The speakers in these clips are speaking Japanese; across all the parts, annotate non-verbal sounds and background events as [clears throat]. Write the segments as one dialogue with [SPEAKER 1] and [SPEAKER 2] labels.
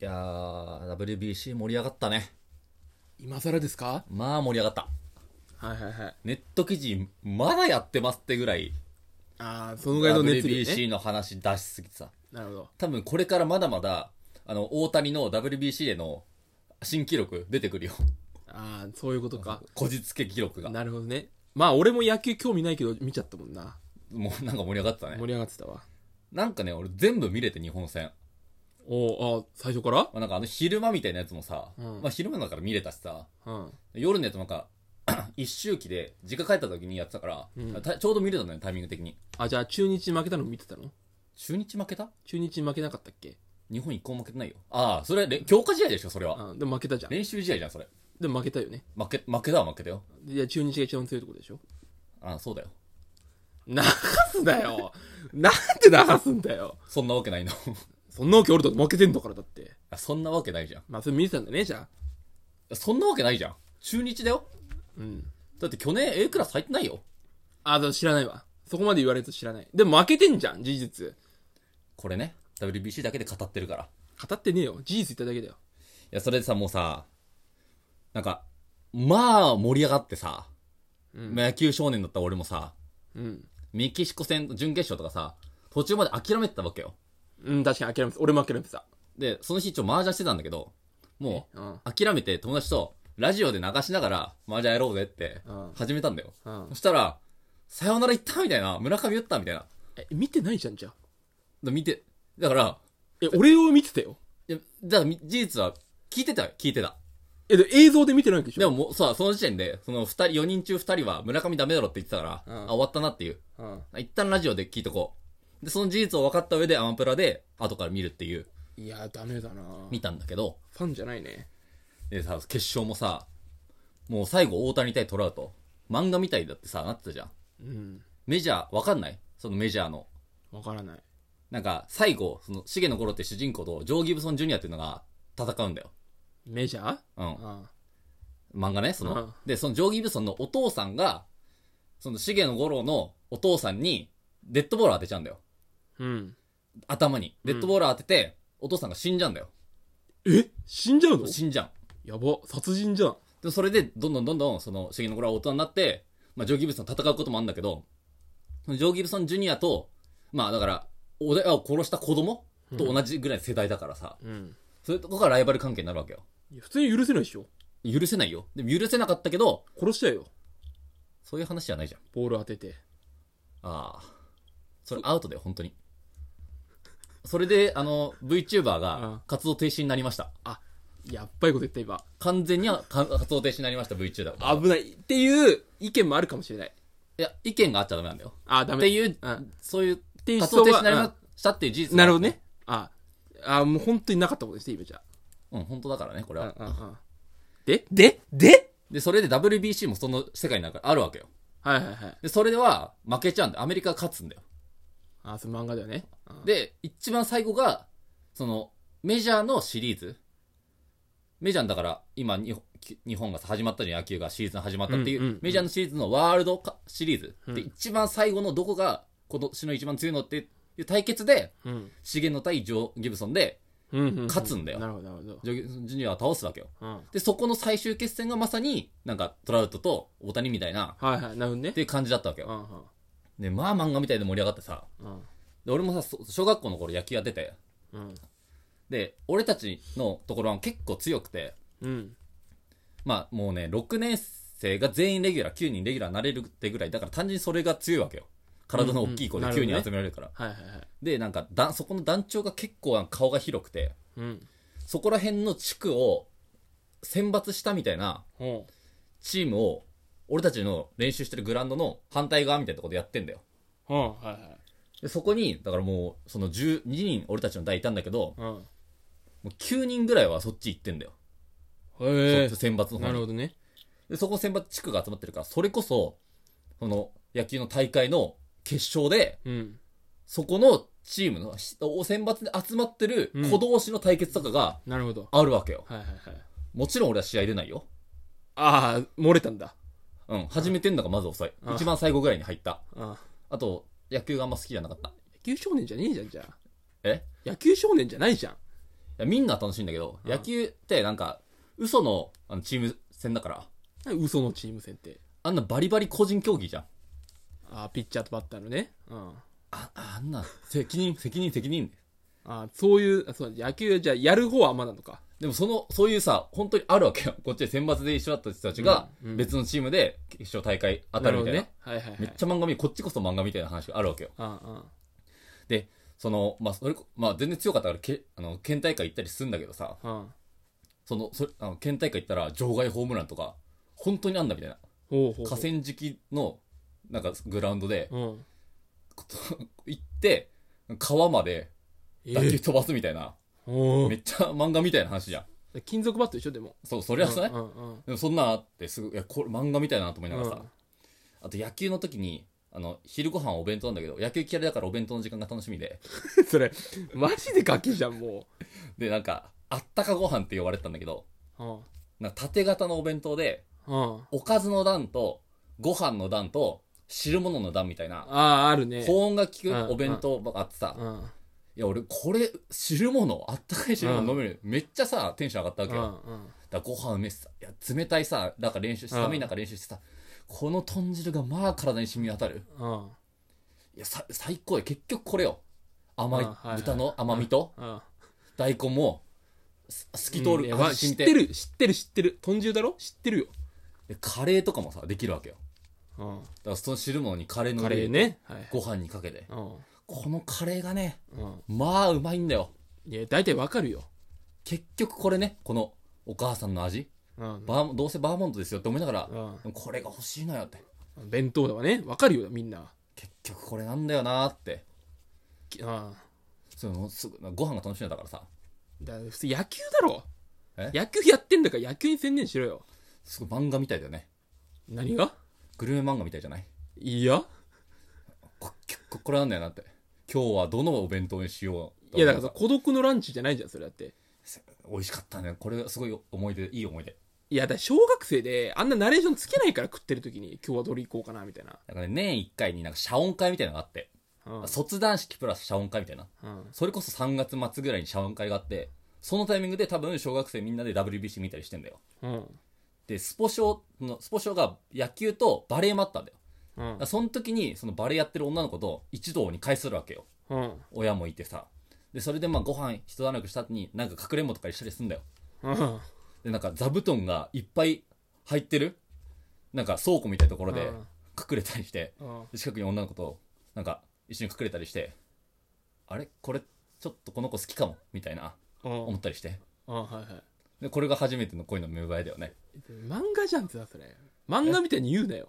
[SPEAKER 1] いやー、WBC 盛り上がったね。
[SPEAKER 2] 今更ですか
[SPEAKER 1] まあ盛り上がった。
[SPEAKER 2] はいはいはい。
[SPEAKER 1] ネット記事、まだやってますってぐらい、
[SPEAKER 2] ああ、そのぐらいの熱量ね。
[SPEAKER 1] WBC の話出しすぎてさ。
[SPEAKER 2] なるほど。
[SPEAKER 1] 多分これからまだまだ、あの、大谷の WBC での新記録出てくるよ。 [laughs]
[SPEAKER 2] ああ、そういうことか。
[SPEAKER 1] こじつけ記録が。
[SPEAKER 2] なるほどね。まあ俺も野球興味ないけど見ちゃったもんな。
[SPEAKER 1] もうなんか盛り上がってたね
[SPEAKER 2] 盛。り上がってたわ。
[SPEAKER 1] なんかね、俺全部見れて日本戦。
[SPEAKER 2] おうああ、最初から
[SPEAKER 1] まあ、なんかあの昼間みたいなやつもさ、
[SPEAKER 2] うん
[SPEAKER 1] まあ昼間だから見れたしさ、
[SPEAKER 2] うん。
[SPEAKER 1] 夜のやつもなんか、 [clears throat] 一周期で、実家帰った時にやってたから、
[SPEAKER 2] うん
[SPEAKER 1] たちょうど見れたんだよ、タイミング的に。
[SPEAKER 2] あ、じゃあ中日負けたの見てたの
[SPEAKER 1] 中日負けた
[SPEAKER 2] 中日負けなかったっけ
[SPEAKER 1] 日本一個も負けてないよ。ああ、それ、れ強化試合でしょ、それは。
[SPEAKER 2] うん。でも負けたじゃん。
[SPEAKER 1] 練習試合じゃん、それ。
[SPEAKER 2] でも負けたよね。
[SPEAKER 1] 負け、負けだは負けだよ。
[SPEAKER 2] いや、中日が一番強いところでしょ
[SPEAKER 1] ああ、そうだよ。
[SPEAKER 2] 流すなよ [laughs] なんで流すんだよ
[SPEAKER 1] そんなわけないの。 [laughs]
[SPEAKER 2] そんなわけ俺だって負けてんだからだって。
[SPEAKER 1] あそんなわけないじゃん。
[SPEAKER 2] まあそれ見てたんだね、じゃあ。
[SPEAKER 1] そんなわけないじゃん。中日だよ。
[SPEAKER 2] うん。
[SPEAKER 1] だって去年 A クラス入ってないよ。
[SPEAKER 2] あ、でも知らないわ。そこまで言われると知らない。でも負けてんじゃん、事実。
[SPEAKER 1] これね、WBC だけで語ってるから。い
[SPEAKER 2] 語ってねえよ。事実言っただけだよ。
[SPEAKER 1] や、それでさ、もうさ、なんか、まあ盛り上がってさ、
[SPEAKER 2] うん
[SPEAKER 1] まあ野球少年だった俺もさ、
[SPEAKER 2] うん。
[SPEAKER 1] メキシコ戦、準決勝とかさ、途中まで諦めてたわけよ。
[SPEAKER 2] うん、確かに諦めてた。俺も諦めてた。
[SPEAKER 1] で、その日一応麻雀してたんだけど、も
[SPEAKER 2] えうん
[SPEAKER 1] う、諦めて友達と、ラジオで流しながら、麻雀やろうぜって
[SPEAKER 2] うん、
[SPEAKER 1] 始めたんだよ。
[SPEAKER 2] うん
[SPEAKER 1] そ。したら、さよなら言ったみたいな、村上打ったみたいな。
[SPEAKER 2] え、見てないじゃん、じゃあ。
[SPEAKER 1] で見て、だから、
[SPEAKER 2] え、俺を見てたよ。
[SPEAKER 1] いやだからみ事実は、聞いてたよ、聞いてた。
[SPEAKER 2] え、で映像で見てないわけでしょ
[SPEAKER 1] でももうさ、その時点で、その二人、4人中2人は村上ダメだろって言ってたから、
[SPEAKER 2] うん
[SPEAKER 1] あ、終わったなっていう。
[SPEAKER 2] うん。
[SPEAKER 1] 一旦ラジオで聞いとこう。で、その事実を分かった上でアマプラで、後から見るっていう、
[SPEAKER 2] いや、ダメだなフ
[SPEAKER 1] 見たんだけど、
[SPEAKER 2] ァンじゃないね。
[SPEAKER 1] でさ、決勝もさ、もう最後大谷対トラウト。漫画みたいだってさ、なってたじゃん。
[SPEAKER 2] うん。
[SPEAKER 1] メジャー、わかんないそのメジャーの。
[SPEAKER 2] わからない。
[SPEAKER 1] なんか、最後、その、シゲの頃って主人公と、ジョー・ギブソン・ジュニアっていうのが、戦うんだよ。
[SPEAKER 2] メジャー
[SPEAKER 1] うん。
[SPEAKER 2] あ
[SPEAKER 1] 漫画ね、そ
[SPEAKER 2] うん
[SPEAKER 1] の。で、そのジョー・ギブソンのお父さんが、その、シゲの頃のお父さんに、デッドボール当てちゃうんだよ。
[SPEAKER 2] うん。
[SPEAKER 1] 頭に。デッドボール当てて、お父さんが死んじゃうんだよ。
[SPEAKER 2] え死んじゃうの
[SPEAKER 1] 死んじゃう。
[SPEAKER 2] やば。殺人じゃん。
[SPEAKER 1] で、それで、どんどんどんどん、その、シゲの頃は大人になって、まあ、ジョー・ギブソンと戦うこともあるんだけど、そのジョー・ギブソン・ジュニアと、まあ、だから、おでを殺した子供と同じぐらいの世代だからさ、
[SPEAKER 2] うん。
[SPEAKER 1] そういうとこがライバル関係になるわけよ。
[SPEAKER 2] いや、普通に許せないでしょ。
[SPEAKER 1] 許せないよ。でも許せなかったけど、
[SPEAKER 2] 殺しちゃえよ。
[SPEAKER 1] そういう話じゃないじゃん。
[SPEAKER 2] ボール当てて。
[SPEAKER 1] ああ。それアウトだよ、本当に。それで、あの、VTuber
[SPEAKER 2] うん
[SPEAKER 1] が活動停止になりました。
[SPEAKER 2] あ、やっばいこと言った今。
[SPEAKER 1] 完全にはか活動停止になりました、VTuber。い
[SPEAKER 2] 危ない。っていう意見もあるかもしれない。
[SPEAKER 1] や、意見があっちゃダメなんだよ。
[SPEAKER 2] あ、ダ
[SPEAKER 1] っ
[SPEAKER 2] メ。
[SPEAKER 1] ていう
[SPEAKER 2] うん、
[SPEAKER 1] そういう、
[SPEAKER 2] いう思
[SPEAKER 1] 活
[SPEAKER 2] 想は
[SPEAKER 1] 動停止になりましたっていう事実が
[SPEAKER 2] なるほどね。あ、あ、もう本当になかったことですね、今じゃ
[SPEAKER 1] うん、本当だからね、これ
[SPEAKER 2] あ。
[SPEAKER 1] は。
[SPEAKER 2] うんうんうん。ででで
[SPEAKER 1] で、それで WBC もその世界の中にあるわけよ。
[SPEAKER 2] はいはいはい。
[SPEAKER 1] で、それでは負けちゃうんだよ。アメリカが勝つんだよ。
[SPEAKER 2] あ、その漫画だよね。うん
[SPEAKER 1] で、一番最後が、その、メジャーのシリーズ。メジャーのだから、今に、き日本がさ始まったじゃん、野球がシーズン始まったっていう、
[SPEAKER 2] うんうんうん
[SPEAKER 1] メジャーのシリーズのワールドカシリーズ。
[SPEAKER 2] うん
[SPEAKER 1] で、一番最後のどこが、今年の一番強いのっていう対決で、
[SPEAKER 2] うん。
[SPEAKER 1] 重野対ジョー・ギブソンで、
[SPEAKER 2] うんうんうん。
[SPEAKER 1] 勝つんだよ
[SPEAKER 2] なるほど、なるほど。
[SPEAKER 1] ジョー・ギブソンジュニアを倒すわけよ。
[SPEAKER 2] うん。
[SPEAKER 1] で、そこの最終決戦がまさに、なんか、トラウトと大谷みたいな、
[SPEAKER 2] はいはい、なるほどね
[SPEAKER 1] って。いう感じだったわけ
[SPEAKER 2] う
[SPEAKER 1] よ。
[SPEAKER 2] んうん
[SPEAKER 1] で、まあ漫画みたいで盛り上がってさ、
[SPEAKER 2] うん。
[SPEAKER 1] で俺もさ、そ小学校の頃野球やってて、
[SPEAKER 2] うん。
[SPEAKER 1] で、俺たちのところは結構強くて、
[SPEAKER 2] うん。
[SPEAKER 1] まあもうね、6年生が全員レギュラー、9人レギュラーになれるってぐらい、だから単純にそれが強いわけよ。体の大きい子で
[SPEAKER 2] うんうんなる
[SPEAKER 1] 9
[SPEAKER 2] ほどね
[SPEAKER 1] 人集められるから。
[SPEAKER 2] はいはいはい。
[SPEAKER 1] で、なんかだ、そこの団長が結構あの顔が広くて、
[SPEAKER 2] うん。
[SPEAKER 1] そこら辺の地区を選抜したみたいな
[SPEAKER 2] ほう。
[SPEAKER 1] チームを、俺たちの練習してるグラウンドの反対側みたいなところでやってんだよ。
[SPEAKER 2] ほう、はいはい。
[SPEAKER 1] で、そこに、だからもう、その12人俺たちの代いたんだけど、
[SPEAKER 2] うん。
[SPEAKER 1] もう9人ぐらいはそっち行ってんだよ。
[SPEAKER 2] へえ
[SPEAKER 1] そ。選抜の方
[SPEAKER 2] な
[SPEAKER 1] に
[SPEAKER 2] るほどね。
[SPEAKER 1] で、そこの選抜地区が集まってるから、それこそ、その、野球の大会の決勝で、
[SPEAKER 2] うん。
[SPEAKER 1] そこのチームの、しお選抜で集まってる
[SPEAKER 2] うん
[SPEAKER 1] 子同士の対決とかが
[SPEAKER 2] なるほど。
[SPEAKER 1] あるわけよ。
[SPEAKER 2] はいはいはい。
[SPEAKER 1] もちろん俺は試合出ないよ。
[SPEAKER 2] ああ、漏れたんだ。
[SPEAKER 1] うん、始めてんのがまず遅い。
[SPEAKER 2] うん
[SPEAKER 1] 一番最後ぐらいに入った。
[SPEAKER 2] うん。
[SPEAKER 1] あと、野球があんま好きじゃなかった。
[SPEAKER 2] 野球少年じゃねえじゃん、じゃあ。
[SPEAKER 1] え
[SPEAKER 2] 野球少年じゃないじゃん。
[SPEAKER 1] やみんな楽しいんだけど、野球ってなんか、嘘のあのチーム戦だから、
[SPEAKER 2] 嘘のチーム戦って。
[SPEAKER 1] あんなバリバリ個人競技じゃん。
[SPEAKER 2] あーピッチャーとバッターのね。うん。
[SPEAKER 1] ああんな、責任、責任、責任。
[SPEAKER 2] あーそういう、あそう、野球、じゃあやる方はまだのか。
[SPEAKER 1] でもその、そういうさ、本当にあるわけよ。 [laughs] こっちで選抜で一緒だった人たちが、
[SPEAKER 2] うんうん
[SPEAKER 1] 別のチームで決勝大会当たるみたいな。
[SPEAKER 2] るほどね。はいはいはい。
[SPEAKER 1] めっちゃ漫画見る、こっちこそ漫画みたいな話があるわけよ。
[SPEAKER 2] あ
[SPEAKER 1] その、まあ、それこ、まあ、全然強かったから、け、あの、県大会行ったりするんだけどさ、
[SPEAKER 2] あ、うん。うん。
[SPEAKER 1] その、それ、あの、県大会行ったら、場外ホームランとか、本当にあんだみたいな。
[SPEAKER 2] ほうほうほう。
[SPEAKER 1] 河川敷の、なんか、グラウンドで、 [laughs]
[SPEAKER 2] うん。
[SPEAKER 1] 行って、川まで、
[SPEAKER 2] え
[SPEAKER 1] 打球飛ばすみたいな、
[SPEAKER 2] お
[SPEAKER 1] めっちゃ漫画みたいな話じゃん。
[SPEAKER 2] ー金属バットでしょ、でも。
[SPEAKER 1] そう、それはさ、
[SPEAKER 2] うんうんうん
[SPEAKER 1] でもそんなんあって、すぐ、いや、これ漫画みたいだなと思いながらさ、
[SPEAKER 2] うん
[SPEAKER 1] あと野球の時に、あの、昼ご飯お弁当なんだけど、野球嫌いだからお弁当の時間が楽しみで、
[SPEAKER 2] [laughs] それ、マジでガキじゃん、も
[SPEAKER 1] で、なんか、あったかご飯って呼ばれてたんだけど、
[SPEAKER 2] う。うん。
[SPEAKER 1] なんか縦型のお弁当で、
[SPEAKER 2] うん。あ
[SPEAKER 1] おかずの段と、ご飯の段と、汁物の段みたいな、
[SPEAKER 2] あー、あるね。
[SPEAKER 1] 保温が効
[SPEAKER 2] うん
[SPEAKER 1] くお弁当ばっかあってさ、
[SPEAKER 2] うん。
[SPEAKER 1] いや、俺、これ、汁物、あったかい汁
[SPEAKER 2] うん
[SPEAKER 1] 物飲める。めっちゃさ、テンション上がったわ
[SPEAKER 2] う
[SPEAKER 1] けよ。
[SPEAKER 2] んうん。
[SPEAKER 1] だからご飯うめえっすいや、冷たいさ、なんか練習して、
[SPEAKER 2] うん
[SPEAKER 1] 寒い中練習してさ、この豚汁がまあ体に染み渡る。
[SPEAKER 2] うん。
[SPEAKER 1] いや、さ最高や。結局これよ。甘い
[SPEAKER 2] あはいはい、
[SPEAKER 1] 豚の甘みと、
[SPEAKER 2] うん。
[SPEAKER 1] 大根も、す透き通
[SPEAKER 2] うんいや
[SPEAKER 1] る
[SPEAKER 2] わ
[SPEAKER 1] 味
[SPEAKER 2] 知
[SPEAKER 1] 染
[SPEAKER 2] っ
[SPEAKER 1] みて、
[SPEAKER 2] てる、知ってる、知ってる。豚汁だろ知ってるよ。
[SPEAKER 1] でカレーとかもさ、できるわけよ。
[SPEAKER 2] うん。
[SPEAKER 1] だからその汁物にカレーの
[SPEAKER 2] カレ
[SPEAKER 1] 上
[SPEAKER 2] ー
[SPEAKER 1] に
[SPEAKER 2] ね。はい。
[SPEAKER 1] ご飯にかけて。
[SPEAKER 2] うん。
[SPEAKER 1] このカレーがね、
[SPEAKER 2] うん。
[SPEAKER 1] まあうまいんだよ。
[SPEAKER 2] いや、大体わかるよ。
[SPEAKER 1] 結局これね、このお母さんの味、
[SPEAKER 2] うん。
[SPEAKER 1] バーどうせバーモントですよって思いながら、
[SPEAKER 2] うん
[SPEAKER 1] でもこれが欲しいのよって。
[SPEAKER 2] 弁当だわね。わかるよ、みんな。
[SPEAKER 1] 結局これなんだよなーって。
[SPEAKER 2] きああ。
[SPEAKER 1] そのすぐご飯が楽しみだからさ。
[SPEAKER 2] だ普通野球だろ
[SPEAKER 1] え。
[SPEAKER 2] 野球やってんだから野球に専念しろよ。
[SPEAKER 1] すごい漫画みたいだよね。
[SPEAKER 2] 何が
[SPEAKER 1] グルメ漫画みたいじゃない
[SPEAKER 2] いや
[SPEAKER 1] こ結構これなんだよなって。今日はどのお弁当にしよう
[SPEAKER 2] いや、だからさ、孤独のランチじゃないじゃん、それだって。
[SPEAKER 1] 美味しかったね。これがすごい思い出、いい思い出。
[SPEAKER 2] いや、だから小学生で、あんなナレーションつけないから食ってる時に、今日はどれ行こうかな、みたいな。
[SPEAKER 1] だからね、年一回になんか謝恩会みたいなのがあって。
[SPEAKER 2] うん。
[SPEAKER 1] 卒団式プラス謝恩会みたいな。
[SPEAKER 2] うん。
[SPEAKER 1] それこそ3月末ぐらいに謝恩会があって、そのタイミングで多分小学生みんなで WBC 見たりしてんだよ。
[SPEAKER 2] うん。
[SPEAKER 1] で、スポ少の、スポ少が野球とバレエもあったんだよ。
[SPEAKER 2] う
[SPEAKER 1] だ
[SPEAKER 2] ん
[SPEAKER 1] から。その時に、そのバレエやってる女の子と一同に会するわけよ。
[SPEAKER 2] うん。
[SPEAKER 1] 親もいてさ。で、それでまあご飯一段落した後に、なんかかくれんぼとか一緒にすんだよ。
[SPEAKER 2] うん。
[SPEAKER 1] で、なんか座布団がいっぱい入ってる、なんか倉庫みたいなところで
[SPEAKER 2] うん
[SPEAKER 1] 隠れたりして、
[SPEAKER 2] うん。
[SPEAKER 1] で近くに女の子と、なんか一緒に隠れたりして、あれこれ、ちょっとこの子好きかもみたいな、
[SPEAKER 2] うん。
[SPEAKER 1] 思ったりして。
[SPEAKER 2] うん、はいは
[SPEAKER 1] で、これが初めての恋の芽生えだよね。
[SPEAKER 2] い。漫画じゃんってさ、それ。漫画みたいに言うなよ。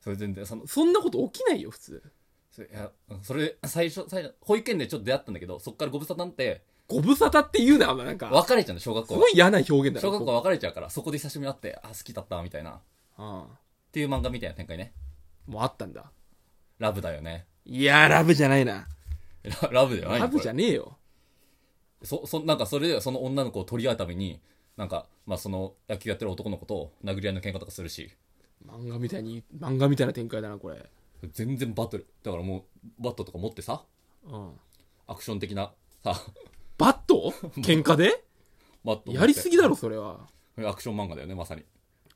[SPEAKER 1] それ全然、その、
[SPEAKER 2] そんなこと起きないよ、普通。
[SPEAKER 1] それ、いや、それ、最初、最初、保育園でちょっと出会ったんだけど、そっからご無沙汰になって、
[SPEAKER 2] ご無沙汰って言うな、お前なんか。
[SPEAKER 1] 別れちゃうの、小学
[SPEAKER 2] す
[SPEAKER 1] 校
[SPEAKER 2] ご
[SPEAKER 1] が。
[SPEAKER 2] い嫌な表現だ
[SPEAKER 1] 小
[SPEAKER 2] ろ。
[SPEAKER 1] 学校別れちゃうから、そこで久しぶりに会って、あ、好きだった、みたいな。っ
[SPEAKER 2] うん。も
[SPEAKER 1] ていう漫画みたいな展開ね。
[SPEAKER 2] うあったんだ。
[SPEAKER 1] ラブだよね。
[SPEAKER 2] いやー、ラブじゃないな。
[SPEAKER 1] ララブじゃない
[SPEAKER 2] ラブじゃ
[SPEAKER 1] ん。
[SPEAKER 2] ねえよ。
[SPEAKER 1] そ、そ、なんかそれでその女の子を取り合うために、なんか、まあその野球やってる男の子と殴り合いの喧嘩とかするし、
[SPEAKER 2] 漫画みたいに、漫画みたいな展開だな、これ。
[SPEAKER 1] 全然バトル。だからもう、バットとか持ってさ、
[SPEAKER 2] うん。
[SPEAKER 1] アクション的なさ、 [laughs]
[SPEAKER 2] バット喧嘩で
[SPEAKER 1] バット持って
[SPEAKER 2] やりすぎだろ、それは。
[SPEAKER 1] アクション漫画だよね、まさに。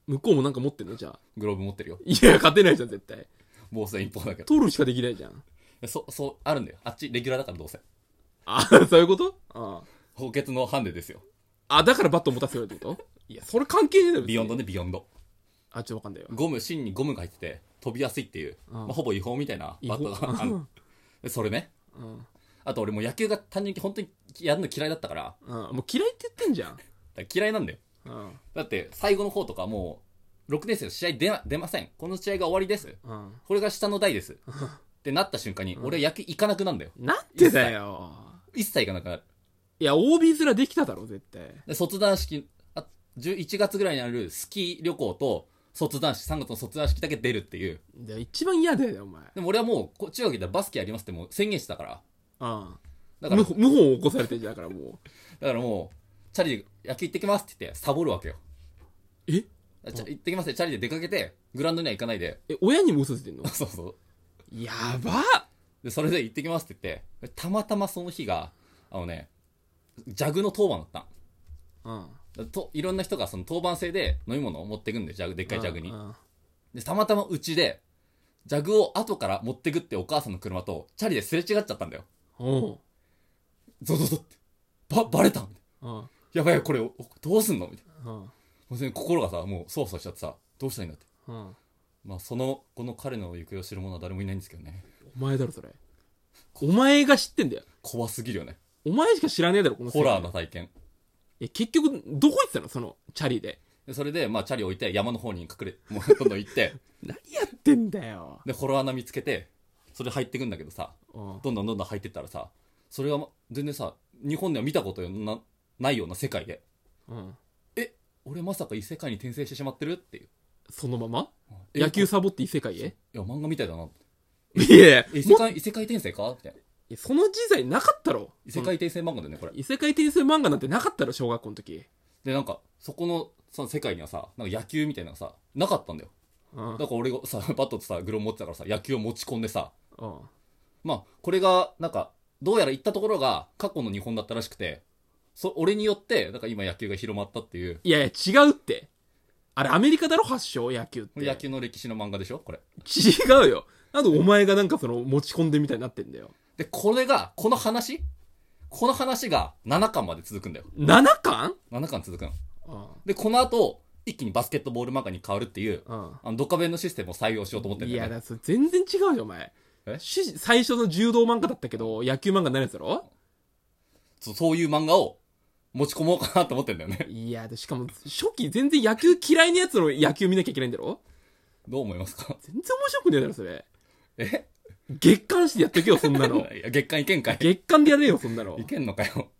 [SPEAKER 2] 向こうもなんか持ってんのじゃあ。
[SPEAKER 1] グローブ持ってるよ。
[SPEAKER 2] いや、勝てないじゃん、絶対。
[SPEAKER 1] 防戦一方だけど。
[SPEAKER 2] 取るしかできないじゃん。
[SPEAKER 1] そう、そう、あるんだよ。あっち、レギュラーだからどうせ。
[SPEAKER 2] あ、 [laughs] そういうことうん。
[SPEAKER 1] 補欠のハンデですよ。
[SPEAKER 2] あ、だからバット持たせろってこといや、それ関係ねえだろ。
[SPEAKER 1] ビヨンド
[SPEAKER 2] ね。
[SPEAKER 1] ね、ビヨンド。
[SPEAKER 2] あ、ちょっとわかんないよ。
[SPEAKER 1] ゴム、芯にゴムが入ってて、飛びやすいっていう、
[SPEAKER 2] ん
[SPEAKER 1] まあ、ほぼ違法みたいなバットがあ
[SPEAKER 2] 違
[SPEAKER 1] る
[SPEAKER 2] 法。
[SPEAKER 1] でそれね。
[SPEAKER 2] うん。
[SPEAKER 1] あと俺もう野球が単純に本当にやるの嫌いだったから、だか
[SPEAKER 2] うん。もう嫌いって言ってんじゃん。
[SPEAKER 1] ら嫌いなんだよ。
[SPEAKER 2] うん。
[SPEAKER 1] だって最後の方とかもう6年生の試合出な出ませんこの試合が終わりです
[SPEAKER 2] うん。
[SPEAKER 1] これが下の代
[SPEAKER 2] [laughs]
[SPEAKER 1] ですってなった瞬間に俺は野球行かなくなるんだよ
[SPEAKER 2] なんでだよ。
[SPEAKER 1] 一切行かなくなる
[SPEAKER 2] いや、OB 面できただろ、絶対。
[SPEAKER 1] で卒団式あ11月ぐらいにあるスキー旅行と卒団式3月の卒団式だけ出るっていう
[SPEAKER 2] で一番嫌だよ、お前。
[SPEAKER 1] でも俺はもうこ中学でバスケやりますってもう宣言してたから
[SPEAKER 2] うん。
[SPEAKER 1] だか
[SPEAKER 2] 無
[SPEAKER 1] ら
[SPEAKER 2] 無本を起こされてんじゃんだからも
[SPEAKER 1] だからもうチャリで野球行ってきますって言ってサボるわけよ
[SPEAKER 2] う。え
[SPEAKER 1] あチャ行ってきますってチャリで出かけてグラウンドには行かないで [laughs]
[SPEAKER 2] え、親にも嘘ついてんの
[SPEAKER 1] そうそう
[SPEAKER 2] やば
[SPEAKER 1] で、それで行ってきますって言って、たまたまその日が、あのね、ジャグの当番だったの
[SPEAKER 2] うん。
[SPEAKER 1] だといろんな人がその当番制で飲み物を持ってくんでジャグでっかいジャグに
[SPEAKER 2] うん
[SPEAKER 1] でたまたまうちでジャグを後から持ってくってお母さんの車とチャリですれ違っちゃったんだよ
[SPEAKER 2] おう。
[SPEAKER 1] ゾゾゾってばバレた
[SPEAKER 2] うん。
[SPEAKER 1] やばいこれおどうすんのみたいな
[SPEAKER 2] うん。
[SPEAKER 1] もう全然心がさもうそわそわしちゃってさどうしたらいいんだって
[SPEAKER 2] うん。
[SPEAKER 1] まあそのこの彼の行方を知る者は誰もいないんですけどね
[SPEAKER 2] お前だろ、それ。お前が知ってんだよ。
[SPEAKER 1] 怖すぎるよね
[SPEAKER 2] お前しか知らねえだろ、この世界
[SPEAKER 1] ホラーな。体験
[SPEAKER 2] え、結局、どこ行ってたのその、チャリで。
[SPEAKER 1] でそれでまあチャリ置いて山の方に隠れもうどんどん行って
[SPEAKER 2] 何やってんだよ。
[SPEAKER 1] でホロ穴見つけてそれ入ってくんだけどさ
[SPEAKER 2] うん。
[SPEAKER 1] どんどんどんどん入ってったらさそれがま全然さ日本では見たことなないような世界で
[SPEAKER 2] うん。
[SPEAKER 1] え俺まさか異世界に転生してしまってるっていう
[SPEAKER 2] そのまま
[SPEAKER 1] え
[SPEAKER 2] 野球サボって異世界へ
[SPEAKER 1] いや漫画みたいだない
[SPEAKER 2] やいや
[SPEAKER 1] え異世
[SPEAKER 2] も
[SPEAKER 1] 界異世界転生かみたいな
[SPEAKER 2] うその時代なかったろ。
[SPEAKER 1] 異世界転生漫画だよねこれ
[SPEAKER 2] 異世界転生漫画なんてなかったろ、小学校の時。
[SPEAKER 1] でなんかそこのその世界にはさなんか野球みたいなのがさなかったんだよ
[SPEAKER 2] うん。
[SPEAKER 1] だから俺がさ [laughs] バットとさグローブ持ってたからさ野球を持ち込んでさ
[SPEAKER 2] うん。
[SPEAKER 1] まあこれがなんかどうやら行ったところが過去の日本だったらしくてそ俺によってなんか今野球が広まったっていう
[SPEAKER 2] いやいや、違うって。あれ、アメリカだろ、発祥、野球っ
[SPEAKER 1] こ
[SPEAKER 2] て。
[SPEAKER 1] れ野球の歴史の漫画でしょこれ
[SPEAKER 2] 違うよ。なんでお前がなんかその、持ち込んでみたいになってんだよ。
[SPEAKER 1] でこれがこの話この話が7巻まで続くんだよ
[SPEAKER 2] 7巻
[SPEAKER 1] 7巻続くの
[SPEAKER 2] うん。
[SPEAKER 1] でこの後一気にバスケットボール漫画に変わるっていう
[SPEAKER 2] うん。
[SPEAKER 1] あのドカベンのシステムを採用しようと思ってるん
[SPEAKER 2] い
[SPEAKER 1] だよ
[SPEAKER 2] や、
[SPEAKER 1] ね
[SPEAKER 2] だそれ全然違うよ、お前
[SPEAKER 1] え。
[SPEAKER 2] し最初の柔道漫画だったけど、野球漫画になるやつだ [laughs] ろ
[SPEAKER 1] そうそういう漫画を持ち込もうかなと思ってんだよね
[SPEAKER 2] いや、でしかも、初期全然野球嫌いなやつの野球見なきゃいけないんだろ
[SPEAKER 1] どう思いますか
[SPEAKER 2] 全然面白くねえだろ、それ。
[SPEAKER 1] え
[SPEAKER 2] 月刊誌でやってけよ、そんなの
[SPEAKER 1] [laughs]。
[SPEAKER 2] [laughs]
[SPEAKER 1] いや月刊いけんかい
[SPEAKER 2] 月刊でやれよ、そんなの
[SPEAKER 1] い。けんのかよ